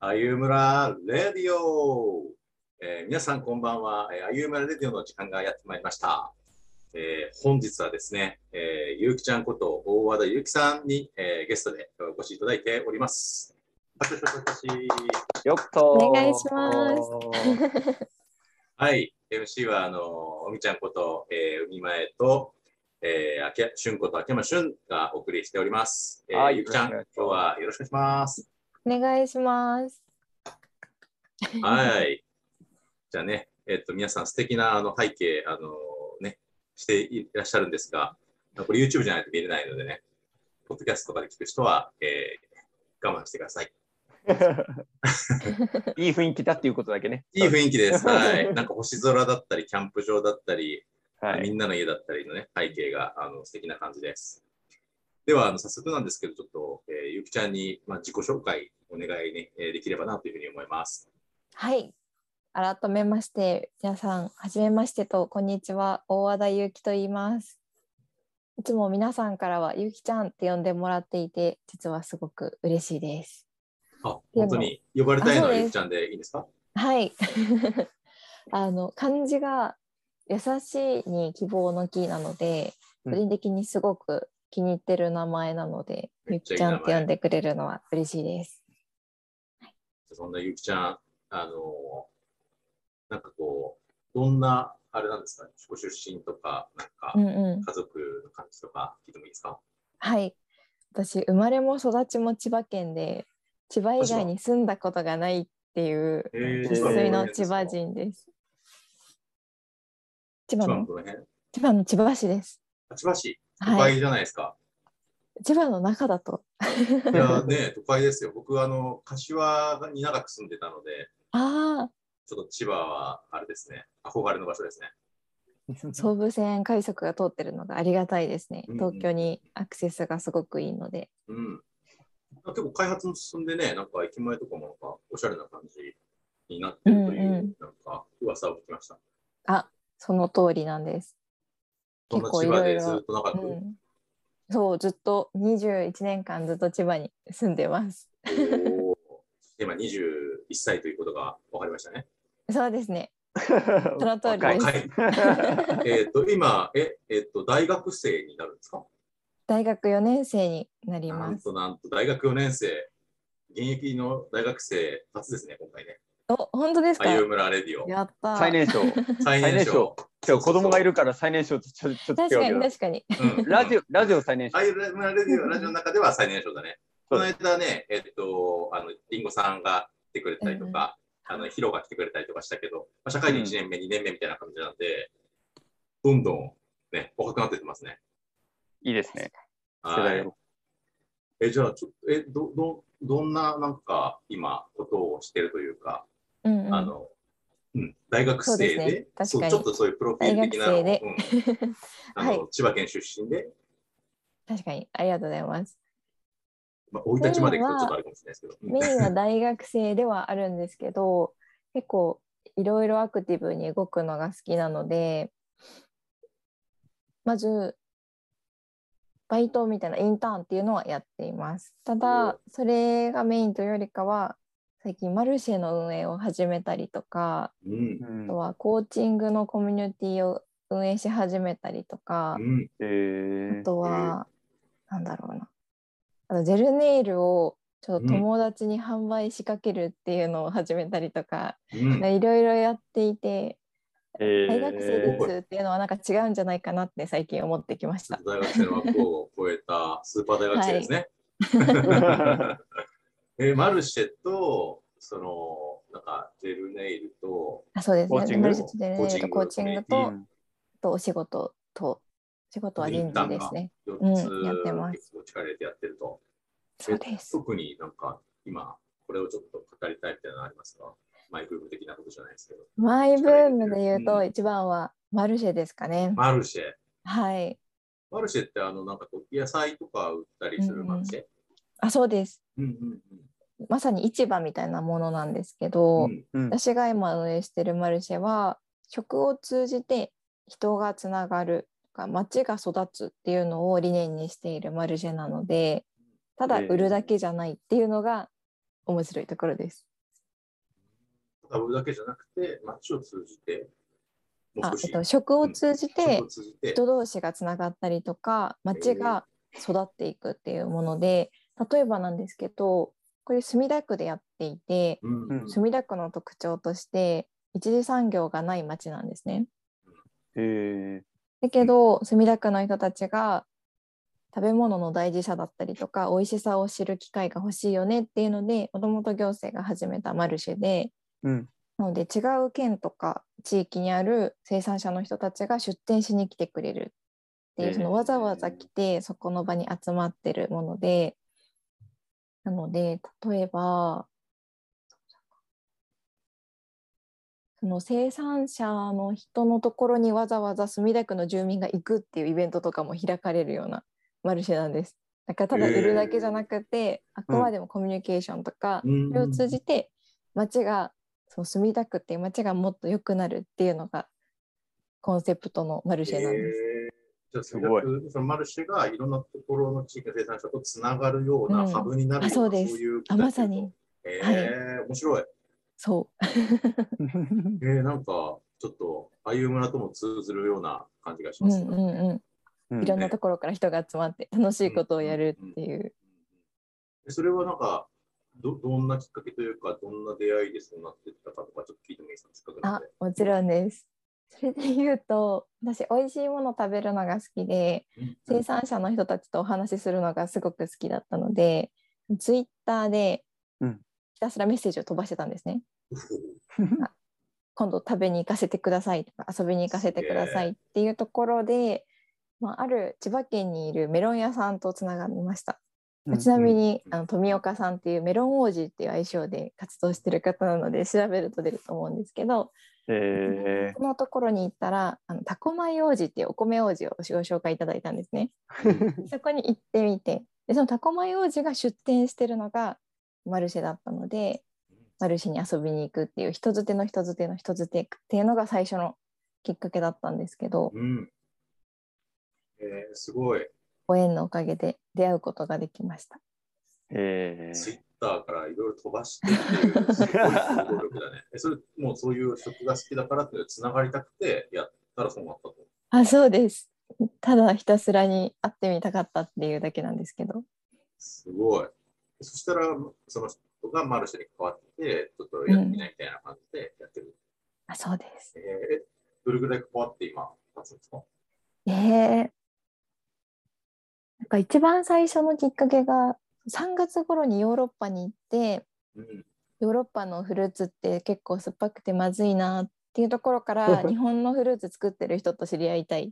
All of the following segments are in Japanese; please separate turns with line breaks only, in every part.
あゆむらレディオ、えー皆さんこんばんは。えーあゆむらレディオの時間がやってまいりました。えー本日はですね、えーゆうきちゃんこと大和田ゆうきさんに、えーゲストでお越しいただいております。パチパチパチパチ
よくと。
お願いします
はい、MC はあの、おみちゃんこと、えー、海前と、えー、あけ、しゅんこと秋山しゅんがお送りしております。えー
はい
ゆうきちゃん、
よ
今
ろしく
日
お
はよろしくお願いします。
お願いします。
はい。じゃあね、えっと、皆さん素敵なあの背景、あのね、していらっしゃるんですが、これ YouTube じゃないと見れないのでね、ポッドキャストとかで聞く人は、えー我慢してください。
いい雰囲気だっていうことだけね。
いい雰囲気です。はい。なんか星空だったり、キャンプ場だったり、
は
み
い。
んなの家だったりのね、背景があの素敵な感じです。では、あの早速なんですけど、ちょっと、えーゆきちゃんに、まあ、自己紹介お願い、ねえーできればなというふうに思います。
はい。改めまして、皆さん、はじめましてと、こんにちは。大和田ゆうきと言います。いつも皆さんからは、ゆうきちゃんって呼んでもらっていて、実はすごく嬉しいです。
あ、本当に呼ばれたいの
あそ
は
うです
ゆきちゃんでいいですか
はい。 あの、漢字が、優しいに希望の木なので、
う
個
ん
人的にすごく気に入ってる名前なので、
め
ゆ
っ
う
ちゃい
き
い
ちゃんって
名前
呼んでくれるのは嬉しいです。
そんなゆきちゃん、あのーなんかこう、どんな、あれなんですかね、ご出身とか、なんか
う、んうん。
家族の感じとか聞いてもいいですか、
はい。私、生まれも育ちも千葉県で、千葉以外に住んだことがないっていう、
へー
生粋の
千
千
葉
葉
のど
人です。千
千
葉
葉の
の
どの辺
千葉の千葉市です。
あ千葉市、都
は
会
い。
じゃないです か。
千葉の中だと。
い、やーね、都会ですよ。僕、あの、柏に長く住んでたので、
あ
ちょっと千葉は、あれですね、憧れの場所ですね。
あ、 総武線快速が通ってるのがありがたいですね。
うんうん
東京にアクセスがすごくいいので。
うん。結構開発も進んでね、なんか駅前とかもなんかおしゃれな感じになってるという、
うんうん
なんか噂を聞きました。
あ、その通りなんです。
そんな
結構
千
いろ
葉
いろ
でずっと長く、
うん。そう、ずっと21年間ずっと千葉に住んでます。
おー 今21歳ということが分かりましたね。
そうですね。そ
そ
の通り
若
で
い
す
若。い。
は
えっと、今、え、えっと、大学生になるんですか
大学4年生になり
な
ま
ん
す
と。なんと、大学4年生、現役の大学生初ですね、今回ね。
お、本当ですか
あゆうむらレディオ、
やったー。
最年少。
最
最
年
年
少
少。今日子供がいるから最年少とちょちょっと
確
手を
か
挙
に
げ
確かに。
うん
ラジオ、ラジオ最年少
あ。ゆうむらレディオ、ラジオの中では最年少だね。こ
そう
の
で
間ね、えっと、あの、りんごさんが来てくれたりとか、あの、ヒロが来てくれたりとかしたけど、まあ社会人1年目、2年目みたいな感じなんで、どんどん、ね、若くなってってますね。
いいですね。世
は
代
い
を。
え、じゃあ、ちょっと、え、ど、ど、どんな、なんか、今、ことをしてるというか、
うんうん
あの、うん、大学生
そうです
で
ね、確
そう
かに
ちょっとそういうプロフィール的なのを、
大学
うん あの
はい
千葉県出身で、
確かに。ありがとうございます。
まあ、生い立ちまで行くとちょっとあれかもしれないですけど、うん
メインは大学生ではあるんですけど、結構いろいろアクティブに動くのが好きなので、まず、バイトみたいなインターンっていうのはやっています。ただ、それがメインというよりかは、最近マルシェの運営を始めたりとか、
うん、
あとはコーチングのコミュニティを運営し始めたりとか
う、ん、
え
あ
ー
とは、なんだろうなあのジェルネイルをちょっと友達に販売仕掛けるっていうのを始めたりとか、
うん。
いろいろやっていて
え
大学生
ー
ですっていうのはなんか違うんじゃないかなって最近思ってきまし。
ちょったと大学生の枠を超えたスーパー大学生ですね。えマルシェと、その、なんか、ジェルネイルと、
あそうです
コーチ
ね。
ング
マルシェとジェルネイルとコ
コー
ー
チ
チ
ン
ン
グ
グ
う
と
ん
とお仕事と仕事は人事ですね。
4つ、
うんやってます
結構力入れてやってると。
そうです。
特になんか、今、これをちょっと語りたいみたいなのありますかマイブーム的なことじゃないですけど。
マイブームで言う
う
と
ん
一番はマルシェですかね。
マルシェ。
はい。
マルシェって、あの、なんかこう、野菜とか売ったりするマルシェ。
あそうです。
うんうん
まさに市場みたいなものなんですけ
う
ど。
ん。うん
うん
私が今運営してるマルシェは食を通じて人がつながるとか街が育つっていうのを理念にしているマルシェなのでただ売るだけじゃないっていうのが面白いところです。
タブだけじゃなくて、街を通じて、も
あ
う少し、
えっと、食を通じて
職を通じて、
人同士がつながったりとか町が育っていくっていうもので例えばなんですけどこれ墨田区でやっていて
うん
うん
墨田区の特徴として一次産業がない町なんですね。
えー、
だけど墨田区の人たちが食べ物の大事さだったりとか美味しさを知る機会が欲しいよねっていうのでもともと行政が始めたマルシェで
うん。
なので違う県とか地域にある生産者の人たちが出店しに来てくれるってい
え
う
ー
そのわざわざ来てそこの場に集まってるものでなので例えばその生産者の人のところにわざわざ墨田区の住民が行くっていうイベントとかも開かれるようなマルシェなんです。だからただ売るだけじゃなくて、あくまでもコミュニケーションとか、
うん
それを通じて街がそう墨田区っていう街がもっと良くなるっていうのがコンセプトのマルシェなんです。
えーじゃあ、
す
す
ご
ご
い
そのマルシェがいろんなところの地域の生産者とつながるような
うん
ハブになるような、
あそうです
いう
あまさに。
えー面白い。
そ
えーなんか、ちょっと、ああいう村とも通ずるような感じがし
う、う
ま
ん
す。
うんう、
うんん
いろんなところから人が集まって楽しいことをやるっていう。
でそれはなんかど、どんなきっかけというか、どんな出会いでそうなってったかとか、ちょっと聞いてもいいですか、せっかくな
あ
ので。
もちろんです。それで言うと私美味しいもの食べるのが好きで生産者の人たちとお話しするのがすごく好きだったのでツイッターで
うん
ひたすらメッセージを飛ばしてたんですね。今度食べに行かせてくださいとか遊びに行かせてくださいっていうところで、まあ、ある千葉県にいるメロン屋さんとつながりました、
うん
ちなみに、
うん
あの富岡さんっていうメロン王子っていう愛称で活動してる方なので調べると出ると思うんですけど
え
このところに行ったらあのタコ米王子っていうお米王子をご紹介いただいたんですね
ー、
そこに行ってみてでそのタコ米王子が出店してるのがマルシェだったのでマルシェに遊びに行くっていう人づての人づての人づてっていうのが最初のきっかけだったんですけど
うん。えーすごい。
ご縁のおかげで出会うことができました。
え
ツイ
ー
ッ、ターからいろいろ飛ばしてっていう、すごい行動力だね。えそれ、もうそういう食が好きだからっていう、つながりたくてやったらそうなったと。
あそうですただひたすらに会ってみたかったっていうだけなんですけど
すごい。そしたら、その人がマルシェに変わって、ちょっとやってみないみたいな感じでやってる。
あそうです。
えーどれぐらい変わって今、経つんですか
えー、なんか一番最初のきっかけが3月頃にヨーロッパに行って
うん。
ヨーロッパのフルーツって結構酸っぱくてまずいなっていうところから 日本のフルーツ作ってる人と知り合いたいっ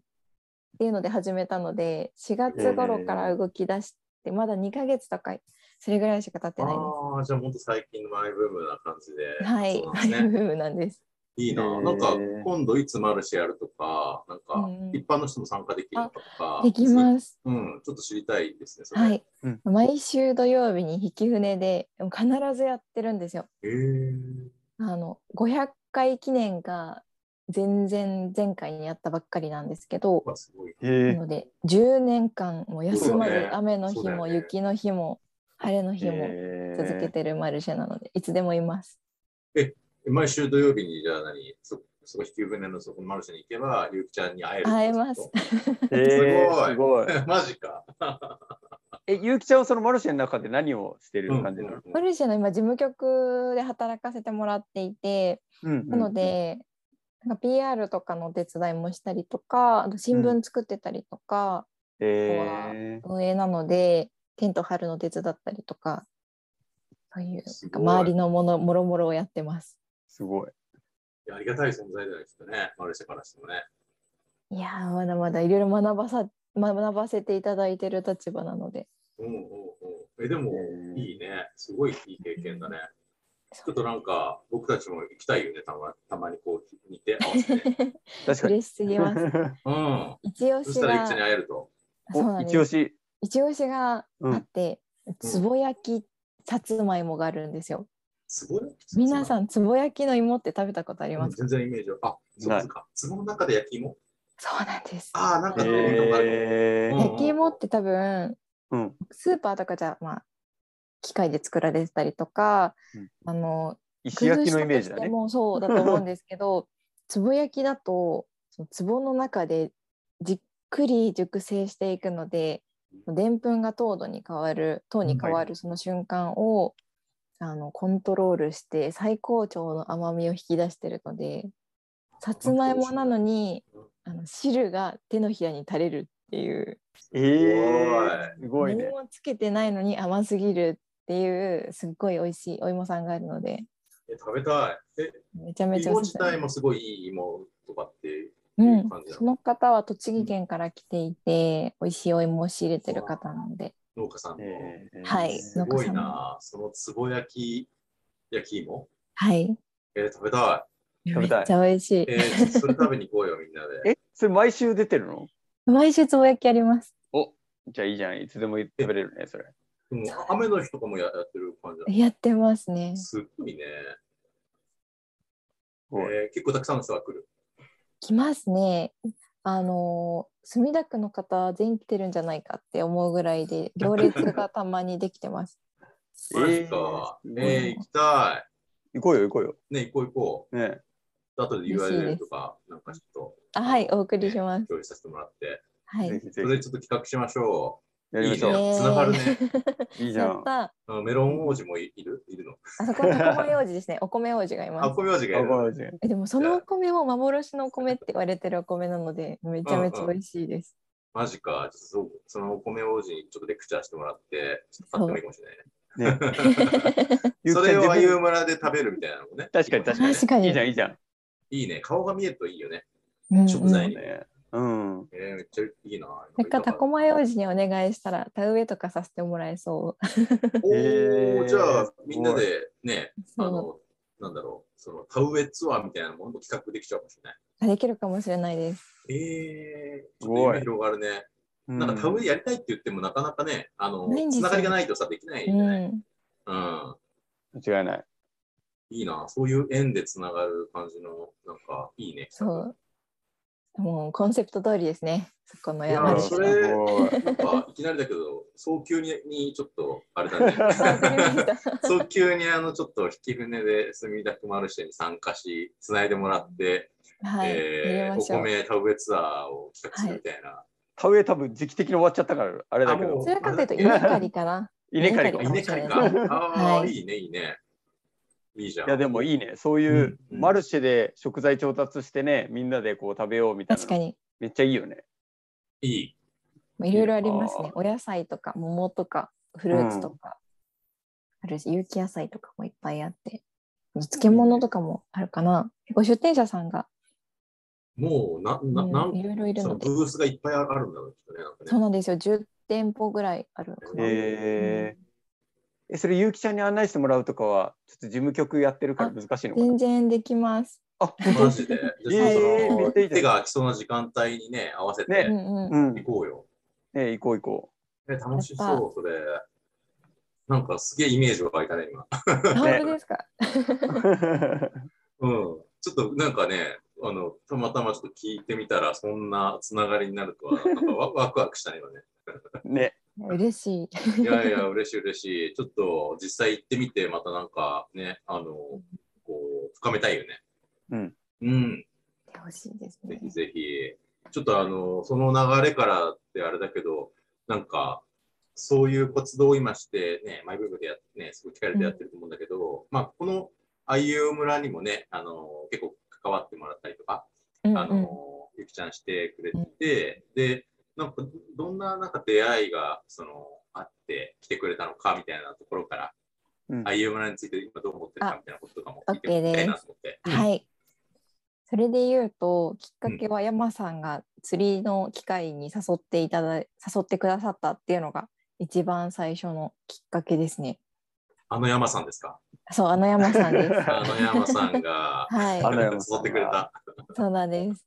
ていうので始めたので4月頃から動き出して、まだ2ヶ月とかそれぐらいしか経ってないです。
ああ、じゃあもっと最近のマイブームな感じで。
はい、
そうな
マ
ん
イ
です ね
ブームなんです。
いいな。
えー
なんか、今度いつマルシェやるとか、なんか
うん、
一般の人も参加できるのかとか。。
できますす。
うん、ちょっと知りたいですね、それ。
は
へ
い、
うん
毎週土曜日に引き船でもう必ずやってるんですよ。
え
あの500回記念が全然前回にやったばっかりなんですけど、
わ、すごい。
え
な
ー、
ので10年間もう休ま
そうだ
ず
ね
雨の日
そうだよ
も
ね
雪の日も晴れの日も
え
続けてるマルシェなのでいつでもいます。
毎週土曜日に、じゃあ何、そ、そこ引き船のそこのマルシェに行けば、ゆうきちゃんに会える。
会えます。
えー、
す
すごい。
マジか。
え、ゆうきちゃんはそのマルシェの中で何をしてる
うん
感じなの
マルシェの今事務局で働かせてもらっていて
うん
なの、で、なんか PR とかのお手伝いもしたりとかあと新聞作ってたりとか、
えー、
運営なのでテント張るの手伝ったりとかそういう
す
なんか
ごい
周りのものもろもろをやってます。
すごい。
いやありがたい存在じゃないですかね、マルシェからしてもね。
いやーまだまだいろいろ学ばさ学ばせていただいてる立場なので。
うんうんうん。え、でも
う、ん
いいね。すごいいい経験だね。ちょっとなんか、僕たちも行きたいよね、たまたまにこう、似て合わ せて。
確かに。
嬉しすぎます。
うん。
一押
そ
し
したらゆう
が
きちゃんに会えると。
そうな
お
んで
一押
す
し。
一押しがあって、つぼ焼きさつまいもがあるんですよ。
すごい。
皆
ん、
さんつぼ焼きの芋って食べたことあり
う
ま
ん
すか、
全然イメージは。あ、そうですか。壺の中で焼き芋
そうなんです。
ああ、なんか、
え
うん
ー、
焼き芋って多分
うん。
スーパーとかじゃまあ機械で作られてたりとか、
うん
あの
石焼きのイメージだ
工夫したとして
ね。
もそうだと思うんです けど、つぼ焼きだとその壺の中でじっくり熟成していくので、でんぷんが糖度に変わる糖に変わるその瞬間を、あのコントロールして最高潮の甘みを引き出してるので、さつまいもなのに
そうで
あの汁が手のひらに垂れるっていう、
ええすごい
何
ね。
もつけてないのに甘すぎるっていうすっごい美味しいお芋さんがあるので。
え食べたい。
めちゃ
え、
めちゃ
芋
おす
自
すめ
体もすごいいい芋とかって
う
い
ん
う感じなの
その方は栃木県から来ていて、美味しいお芋を仕入れてる方なので、
農家さんの。
ええ
はい
すごい
農家さん
な。そのつぼ焼き、焼き芋。
はい。
えー食べた
食べたい
めっちゃ美味しい
い。。えーそれ食べに行こうよ、みんなで。
え、それ毎週出てるの
毎週つぼ焼きあります。
じゃあいいじゃん。いつでも食べれるね、それ。
でも雨の日とかもややってる感じな
やってますね
の。すごいね、
すごい
えー結構たくさんの人が来る。
来ますね。あのー墨田区の方全員来てるんじゃないかって思うぐらいで行列がたまにできて ます。
え
マ
ー
ジか。え
すごい
ー行きた
行こうよ、行こうよ。
い。ね、行こう行こ
ね
う。後で
嬉しいで
URL
す
とか、なんかちょっ
あはいお送りしま
と
す。
共有させてもらって、
は
ぜ
い。
ひぜ
それで
ひ。
ちょっと企画しましょ
やりましょ
いいね
う。
つな がるね
いいじゃ
や
ん
っ。た。
う。あのメロン王子もいいるいるの。
あそこにお米王 子ですね。お米王子がいま
あ、
す。
小明寺がい
あ
る
ごめ
の。
んなさい
えでもそのお米も幻のお米って言われてるお米なのでめちゃめちゃ美味しいです。
マジか。ちょっとそうそのお米王子にちょっとレクチャーしてもらって、ちょっと買ってもいいかもしれないね。
ねゆう
そ
き
れ
ちゃん
をあ
自
ゆ
分
う村で食べるみたいなのもね。
確かに確かに。
確かに
いいじゃん、いいじゃん。
いいね。顔が見えるといいよね。
うんうん
食材に
ねうん。
えーめっちゃいいな。
なんかタコマヨジにお願いしたら田植えとかさせてもらえそう。
お
え
ー
ー
じゃあ、みんなでね、 あ
そ
の、なんだろう、その田植えツアーみたいなものも企画できちゃうかもしれない。
うできるかもしれないです。
えー、
す
ちょっと
ごい
夢広がるね。
う
なんか田植えやりたいって言ってもなかなかね、あの
ないん、です
つ
よ
ながりがないとさ、できないじ
う
ゃない。
ん、
うん。
間違いない。
いいな、そういう縁でつながる感じの、なんか、いいね。
そう。もうコンセプト通りですね。そこの
いや
山
ー
で
そ
す。
れ
すごい
なんか、いきなりだけど、早急に、にちょっと、あれだ ね。
わかりました
早急にあのちょっと引き船で墨田区マルシェに参加し、つないでもらって、
はい、
え
や
ー
りま
お
しょう。
米田植えツアーを企画するみたいな。
田植え多分時期的に終わっちゃったから、あれだけ
あも
ど
う
そ。れかというと
あれだ
稲刈りかな。
稲刈りかも
稲
し
刈
れ
稲
ない。
刈りか。ああ、
はい
い、いね、いいね。いいじゃん。
いやでもいいね。そういう
うん
マルシェで食材調達してね、みんなでこう食べようみたいな
確
の。
かに。
めっちゃいいよね。
いい。
まあいろいろあります
あー
ね。お野菜とか桃とかフルーツとか、あるし有機野菜とかもいっぱいあって、漬物とかもあるかな。結構出店者さんが、
もうな、
う
な、なん
ん、いろいろいる
そ
の
の
で。
ブースがいっぱいあるんだろうきっとね。なんか
そう
ね
なんですよ。10店舗ぐらいあるのかな。
ええ、それゆうきちゃんに案内してもらうとかは、ちょっと事務局やってるから難しいのかな
全。然できます。
あ、
マジで。じゃあ
えー
そ
め
の
っちゃいいじゃん
手が空きそうな時間帯にね、合わせ
う
て
ね
んうん。
うん。
行
ね
こうよ。
行こう行こ
え楽し
やっ
そう、それ。なんかすげえイメージ湧いたね、今。
あ本当ですか。
う。
うん。ちょっとなんかね、あの、たまたまちょっと聞いてみたら、そんなつながりになるとは、なんかワ ワクワクしたね、今ね。
ね、
嬉しい。
いやいや、嬉しい嬉しい。ちょっと実際行ってみて、またなんかね、あの、こう、深めたいよね。
うん。
うん、
欲しいです
ぜ
ね
ひ。ぜひ。ちょっとあの、その流れからってあれだけど、なんか、そういう活動を今して、ね、マイブームでやって、ね、すごい力でやってると思うんだけど、まあ、このあゆう村にもね、あの、結構関わってもらったりとか、
うん
あ
うん。
の、ゆきちゃんしてくれて、で、なんか、どんな、なんか出会いが、その、あって、来てくれたのか、みたいなところから、
うん
あゆう村について今どう思ってるか、みたいなこととかも聞いて
OK
みたいなと思って。
はい。それで言うときっかけは山さんが釣りの機会に誘っていただ誘ってくださったっていうのが一番最初のきっかけですね。
あの山さんです か
そうあの山さん です。
あの山さんが、
はい
あの山さ
誘
ん
っ
が
てくれた。
そうなんです。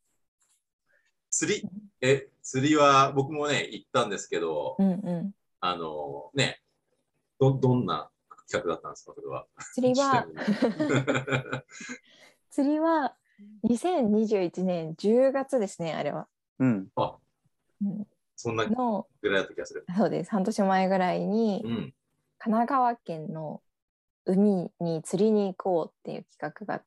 釣り、え、釣りは僕もね、行ったんですけど
う、んうん。
あの、ね、ど、どんな企画だったんですか、それは。
釣りは
は。
釣りは2021年10月ですねあれは。
うん。
あ、
うん
そんな
の
ぐらいだった気がする。
そうです半年前ぐらいに
うん。
神奈川県の海に釣りに行こうっていう企画が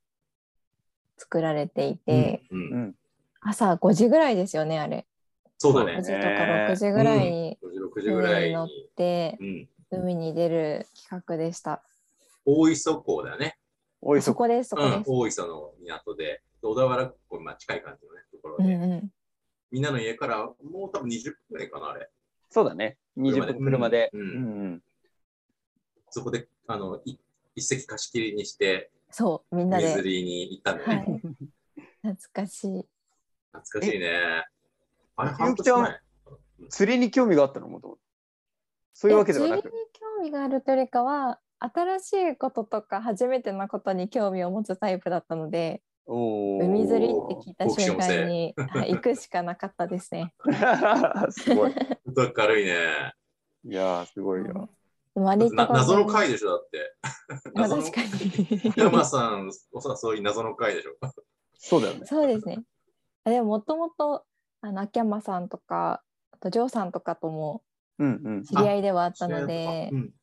作られていて、
うんうん
うん。
朝5時ぐらいですよねあれ
そうだ
5
ね。
時とか
ね
6時ぐらいに
5時、6時ぐら
船
い
に乗っ
に。
て
うん。
海に出る企画でした。
大磯港だよね。
おい
そ
そこ。
こですそうこ
ん
で。す。
大磯の港で、小田原港にまあ近い感じのね、ところ
うん
で。
うん
みんなの家からもう多分20分ぐらいかな、あれ。
そうだね。20分車で。
うん
う
うん
ん。
そこで、あの、い一席貸し切りにして、
そうみんな
海
で
釣りに行ったのね。
はい懐かしい。
懐かしいね。あれ、半
ゆき
年
ちゃん
前。
釣りに興味があったのもともと。そういうわけではな
釣
く
り。に興味があるというよりかは新しいこととか初めてのことに興味を持つタイプだったので
おー
海釣りって聞いた
好奇心
瞬
旺盛
間に、はい行くしかなかったですね。
すごい。
明るいね。
いやー、すごいよ。
割と
な謎の回でしょ、だって。
まあ
謎の
確かに
山さん、お誘い謎の回でしょ。
そうだよね。
そうですね。あでももともとあの秋山さんとかあとジョーさんとかとも
うんうん。
知り合いではあったので
う、ん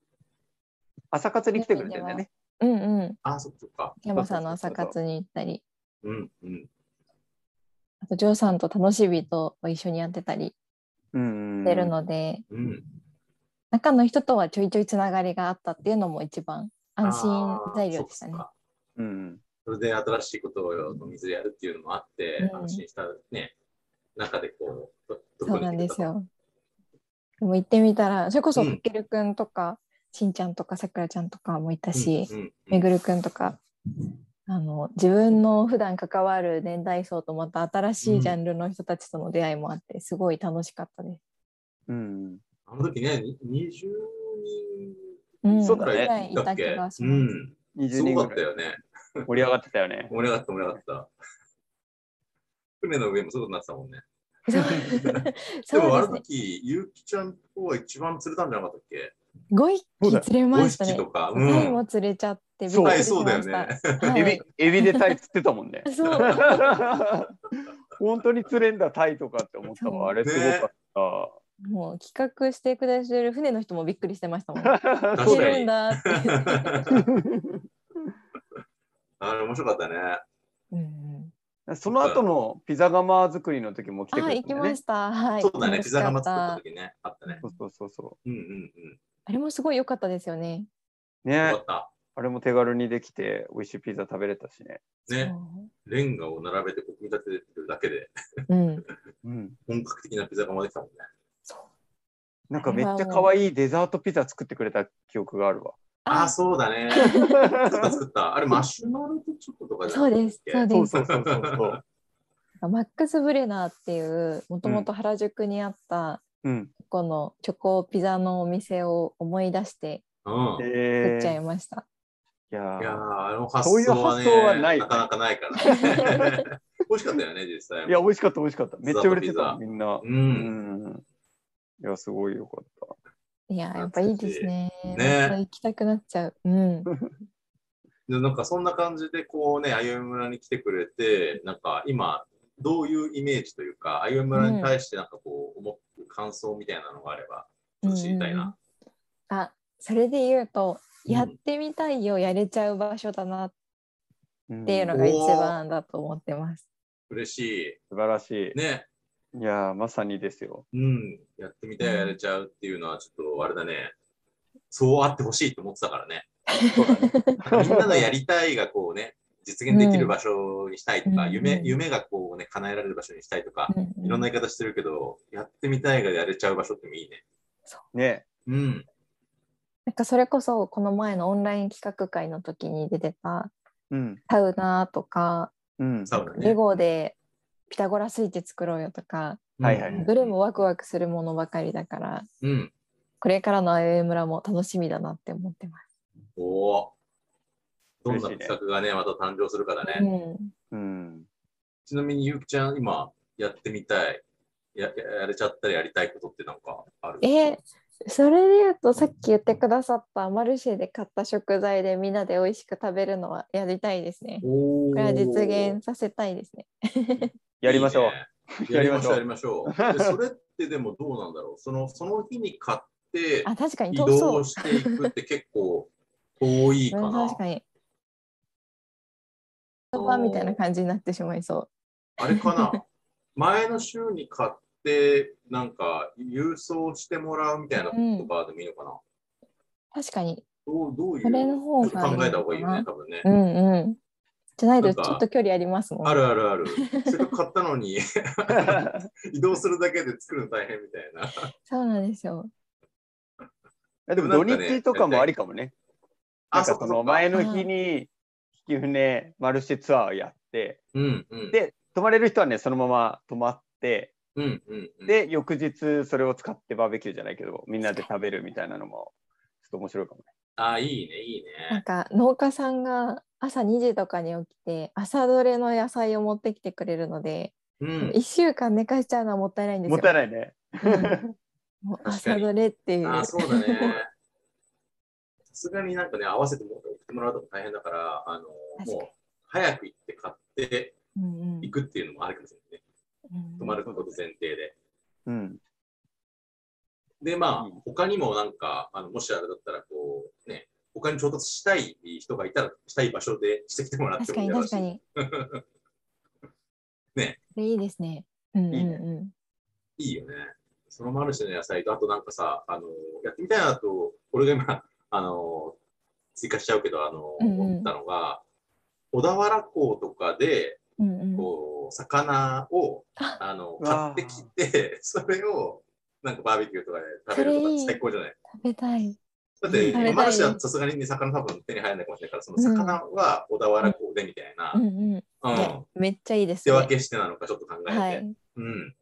朝活に来てくれてんだよね。
うんうん
あ、そっかそっか。
秋山さんの朝活に行ったり
うん、うん。
あとジョーさんと楽しみと一緒にやってたり
うんうん。
してるので、
うん。
中の人とはちょいちょいつながりがあったっていうのも一番安心材料でしたね
あーそっかそっ。か
うん。
それで新しいことを水でやるっていうのもあって、
うん
安心したね、中でこう、どど
そ
こ
う
に
な
行
ん
け
で
た
すよ。でも行ってみたらそれこそ
うん
かけるくんとか、しんちゃんとかさくらちゃんとかもい
う
た
ん
し、
うんう
め
ん
ぐるくんとかあの自分の普段関わる年代層とまた新しいジャンルの人たちとの出会いもあってすごい楽しかったです。
うん。
あの時ね、に20人
うん、
そうだね
ぐらいい
だったっ
気
け
が
う
します。
ん。
20
す
人
ごか
ぐ
った
らい
よね。
盛り上がってたよね。
盛り上がった、盛り上がった。船の上もそうなってたもんね。
そ
でも
う そう
あの
ですね。
時、ゆうきちゃんとは一番釣れたんじゃなかったっけ
五匹
そうだよ
釣れました
?5 匹
ね。
とか。う
タイ
ん。
も釣れちゃってびっ
そう
くりし
そう
ま
だよ
し
ね
た。
エ
は
ビ
い、。
エビでタイ釣ってたもんね
そう
本当に釣れんだタイとかって思った
そう
わ。あれすご
もう企画してくださる船の人もびっくりしてましたもん。
かった。
確
釣
か
れ
に
るんだって。
あれ面白かったね。
うん
その後のピザ窯作りの時も来て
あ、
くれ
行
た
き
んだよ
ま
ね。
した。はい。
そうだね、
楽
ピ
し
ザ
か
窯
っ
作った
た。
時ね、あったね。
そうそうそうそ
うんうんうん。
あれもすごい良かったですよね。
う。ね
よ、か
あれも手軽にできて美味しいピザ食べれたしね。
った。ね、レンガを並べて組み立ててるだけで、
うん。
うん。
本格的なピザ窯できたもんね。
そう。
なんかめっちゃ可愛いデザートピザ作ってくれた記憶があるわ。
あ
あ
あ、そうだ ね。作った作った。あれ、マシュマロとチョコとかじゃ
そう
なかったっ
です
け。
そ
そ
うで
う
す。
そうそうそうそう。
マックスブレナーっていう、もともと原宿にあった、
うん。
このチョコピザのお店を思い出して
うん。い
え
作っちゃい
ー、
ました。
いや
やー
ー
あの発
そういう
想はね、
発想はない
なかなかない からね。美味しかったよね、実際。
いや、美味しかった美味しかった。めっちゃ売れて
ピザ
た
と
みんな。
う。
うんん。いや、すごいよかっ。
いや、やっぱいいですね。
懐かしいね
また行きたくなっちゃう。うん。
で、なんかそんな感じで、こうね、あゆむ村に来てくれて、なんか今、どういうイメージというか、あゆむ村に対してなんかこう、思う感想みたいなのがあれば、ちょっと知りたいな。
あ、それで言うと、
うん
やってみたいよ、やれちゃう場所だなった
って
いうのが一番だと思ってます。
嬉し
素晴らし
い。ね。
い。いやー、まさにですよ。
うん。やってみたいやれちゃうっていうのは、ちょっとあれだね。そうあってほしいと思ってたからね。
そうだね。
みんなのやりたいがこうね、実現できる場所にしたいとか、
うん
夢
う、ん
夢がこうね、叶えられる場所にしたいとか、
うんうん
いろんな言い方してるけど、やってみたいがやれちゃう場所ってもいいね。
ね。
うん。
なんかそれこそこの前のオンライン企画会の時に出てた
うん。
サウナとか
うん。
サウナね。
レゴでピタゴラスイッチ作ろうよとか
うん
はいはい
どれもワクワクするものばかりだから
うん。
これからのあゆえ村も楽しみだなって思ってます。
おお。どんな企画がね、また誕生するからね。
う
うん
ん。
ちなみに、ゆうきちゃん、今、やってみたい。やややれちゃったりやりたいことってなんかある
えーそれで言うとさっき言ってくださったマルシェで買った食材でみんなで美味しく食べるのはやりたいですね。
おお。
これは実現させたいですね。
やりましょう。
いいねやりましょう、やりましょう。でそれってでもど うなんだろう。そのその日に買って
あ確かに
移
とそう
動していくって結構遠いかな
確。かに。スーパーみたいな感じになってしまいそ
あれかな前の週に買って、なんか郵送してもらうみたいなことかでもいいのかな、
う。確かに。
どうどういう
それの方がいいのかな
考えた方がいいよね、多分ね。
うんうん。じゃない
な
と
んか
ちょっと距離ありますもん。
あるあるある。それ買ったのに 移動するだけで作るの大変みたいな。
そうなんですよ。
でも土日とかもありかもね。なんかその前の
は
日
い
に引き船マルシェツアーをやって、
うんうん。
で泊まれる人はねそのまま泊まって、
うんうんうん、
で翌日それを使ってバーベキューじゃないけどみんなで食べるみたいなのもちょっと面白いかもね。
あ、いいね、いい
なん
ね。
か農家さんが朝2時とかに起きて朝どれの野菜を持ってきてくれるので、
うん。
1週間寝かしちゃうのはもったいないんですよ。
もったいないね。
もう
確か
朝
に
どれっていう。
あーそうだね。さすがになんかね、合わせても送ってもらうとも大変だから、あの
確かに
もう早く行って買って
うんうん
いくっていうのもあるかもしれないね。
うん
泊まること前提で。
うん。
で、まあ
うん、
他にもなんか、あのもしあれだったら、こう、ね、他に調達したい人がいたら、したい場所でしてきてもらって
確
も
か
いい
に
だろう
確
し
か。に。
ね
それいいですね。うんうん
いいね
うん。
いいよね。そのマルシェの野菜と、あとなんかさ、あのやってみたいなと、俺が今、 あの追加しちゃうけど、あの
うんうん
思ったのが、小田原港とかで、
うんうん
こう、魚を、
あ
あの、
うわ
買
ー
ってきて、 それを、なんかバーベキューとかで食べると
それ
か
いい
最高じゃない
食べたい。
だっ
食べたい
て、
ね
マルシェはさすがにね魚多分手に入らないかもしれないから、その
うん
魚は小田原港でみたいな、
う
うんん。
うん。ねめっちゃいいです
手
ね。
分けしてなのかちょっと考えて。
はい。
うん。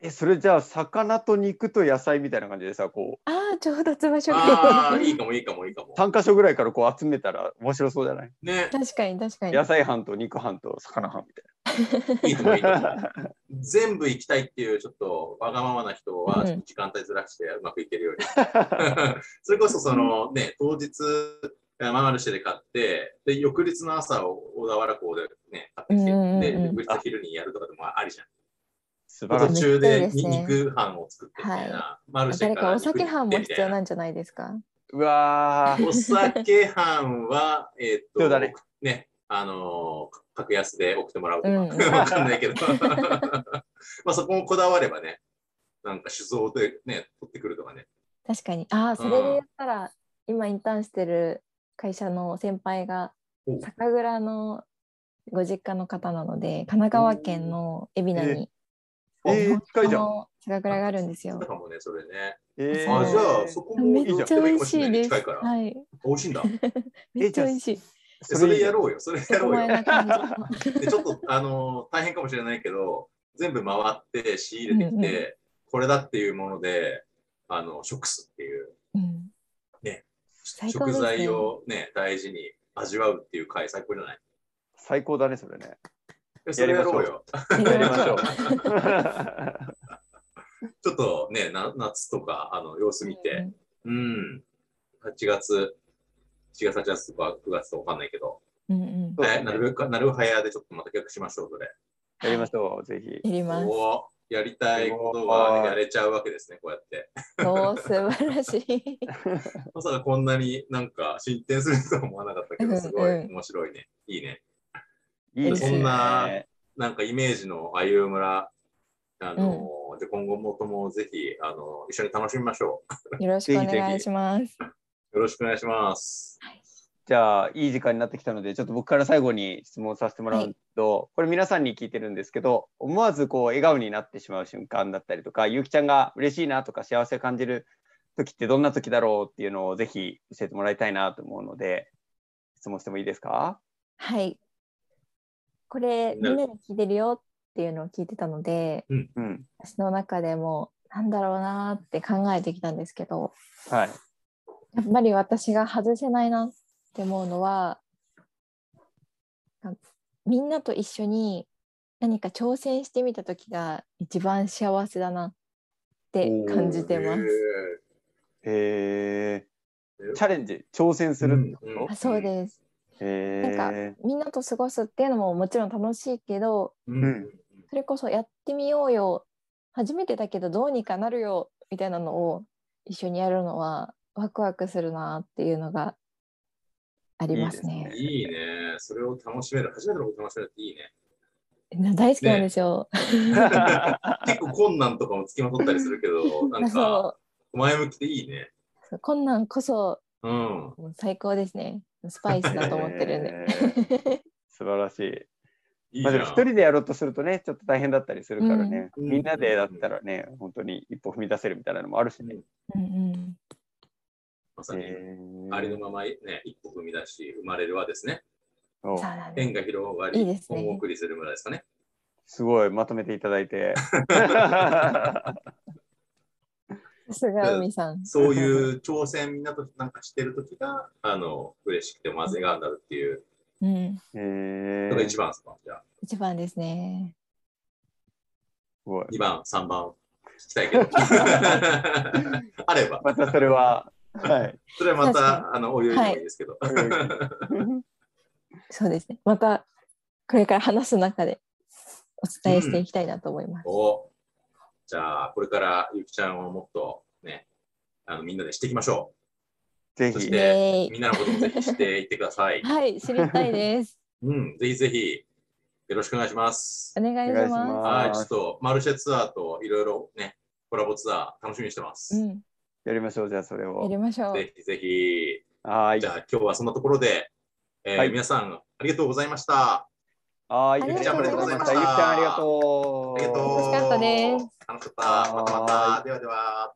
えそれじゃあ魚と肉と野菜みたいな感じでさこ
ああ調達場所が
ああ、いいかもいいかもいいかも
う。3箇所ぐらいからこう集めたら面白そうじゃない
ね、
確かに確かに。
野菜班と肉班と魚班みた
いいとも いい
い
とも。
な。
全部行きたいっていうちょっとわがままな人は
うん
ちょっと時間帯ずらしてうまくいけるように、 それこそそのね当日ママルシェで買ってで翌日の朝を小田原港でね買ってきて、
うんうんうん
で翌日昼にやるとかでもありじゃん
素晴ら
途
しい。
中
め
で
っちゃいいですね
肉飯を作ってみたいな、マルシェ
誰
か
からお酒飯も必要
な
なんじゃないですか。
うわー
お酒飯はえーっ
そ
と
うだね
あのー格安で送ってもらうとか、
うん
わかんないけどまあそこもこだわればねなんか酒造でね取ってくるとかね
確かに。ああそれで言ったら、今インターンしてる会社の先輩が
お
酒蔵のご実家の方なので神奈川県の海老名に
えー、近いじゃん。
の酒蔵があるんですよ
だ。かもねそれね、
えー、
あじゃ
え
あそこも
めっ
いいじゃん
ちゃ美味しいです。
近いから、
はい。
美味しいん だ
めっちゃ美味しい。
でそれやろうよそれやろ
男
う
前
よ
な感 じの。
でちょっとあのー大変かもしれないけど全部回って仕入れてきて、
うんうん
これだっていうものであの食すっていう
うん最
食
高ですね
材をね大事に味わうっていう回最高じゃない
最高だね、それね。
でそれやろうよ。
やりましょう。
ちょっとね、な夏とかあの様子見て、うん、8月、7月、8月とか9月とかわかんないけど、
うんうん。
そうだね
えなるべく、なる早でちょっとまた逆しましょう、それ。
やりましょう、ぜひ。
いります。
おーやりたいことが
すごい
やれちゃうわけですね、こうやって。
おー素晴らしい。
まさかこんなになんか進展するとは思わなかったけど、すごい
うんうん
面白いね。いいね。
いいね。
そん
ななんかイメージのあゆ村、あの、で今後もともぜひ、あの、一緒に楽しみましょ
よろしくお願いします。
う。よろしくお願いします。
じゃあ、いい時間になってきたので、ちょっと僕から最後に質問させてもらうと、これ皆さんに聞いてるんですけど、思わずこう笑顔になってしまう瞬間だったりとか、ゆうきちゃんが嬉しいなとか幸せ感じる時ってどんな時だろうっていうのをぜひ教えてもらいたいなと思うので、質問してもいいですか
はい。これ、みんなで聞いてるよっていうのを聞いてたので、
うん。
私の中でも、なんだろうなーって考えてきたんですけど、
はい。
やっぱり私が外せないなって思うのは、なんかみんなと一緒に何か挑戦してみた時が一番幸せだなって感じてま
へ
す。
ー
へ
え
え。チャレンジ、挑戦するってこと、
うんうん
あそうです。
へえ。
みんなと過ごすっていうのももちろん楽しいけど
うん
うん
それこそやってみようよ初めてだけどどうにかなるよみたいなのを一緒にやるのはワクワクするなっていうのがあります
いい
ね。
ですね
いいね。それを楽しめる。初めてのこと楽しめるっていいね。
な大好きなんですよ。
結構困難とかもつきまとったりするけど、なんか
そ
前向きでいいね。
うそうこんなんこそ
うん。
もう最高ですね。スパイスだと思ってる んで。
えー素晴らしい。
いいじ
ま
ゃ
あ、
ん
でも一人でやろうとするとね、ちょっと大変だったりするからね、
うん
みんなでだったらね、本当に一歩踏み出せるみたいなのもあるしね。
うんうん。
まさに、
えー
ありのまま、ね、一歩踏み出し、生まれる輪ですね。
そう
そうなんです。
縁が広がり、
いいですね
本を送りする村ですかね。
すごいまとめていただいて。
さすが海さん。
そういう挑戦みんなとなんかしてる時が、あの、嬉しくて混ぜがんだるっていう、
うん。
え
それが
ー、
一番ですか。じゃあ、
一番ですね。
すごい
2番、3番、聞きたいけど。 あれば、
またそれは、はい。
それはま
確
た、あの、お湯でもいいですけど。
そうですね。またこれから話す中でお伝えしていきたいなと思います。
おじゃあ、これからゆきちゃんをもっとね、あのみんなでしていきましょ
ぜ
そし
ひ
て、
イエ
う。
ー
みんなのこともぜひしていってください
イ。。はい、知りたいです。
うん、ぜひぜひ、よろしくお願いします
お。願いし
お願いし
ま。
ま
はい、ちょっとマルシェツアーといろいろね、コラボツアー楽しみにしてますす。
う
やりましょう、じゃあそれ
ん、や
を。
りましょう。
ぜひぜひ、
はーい
じ。ゃあ今日はそんなところで、えー
はい
皆さんありがとうございました。
はーい。
ありがとうございました
ゆきちゃんありがとう。
ありがとう。
楽しかったです
楽しかった。またまた。ではでは。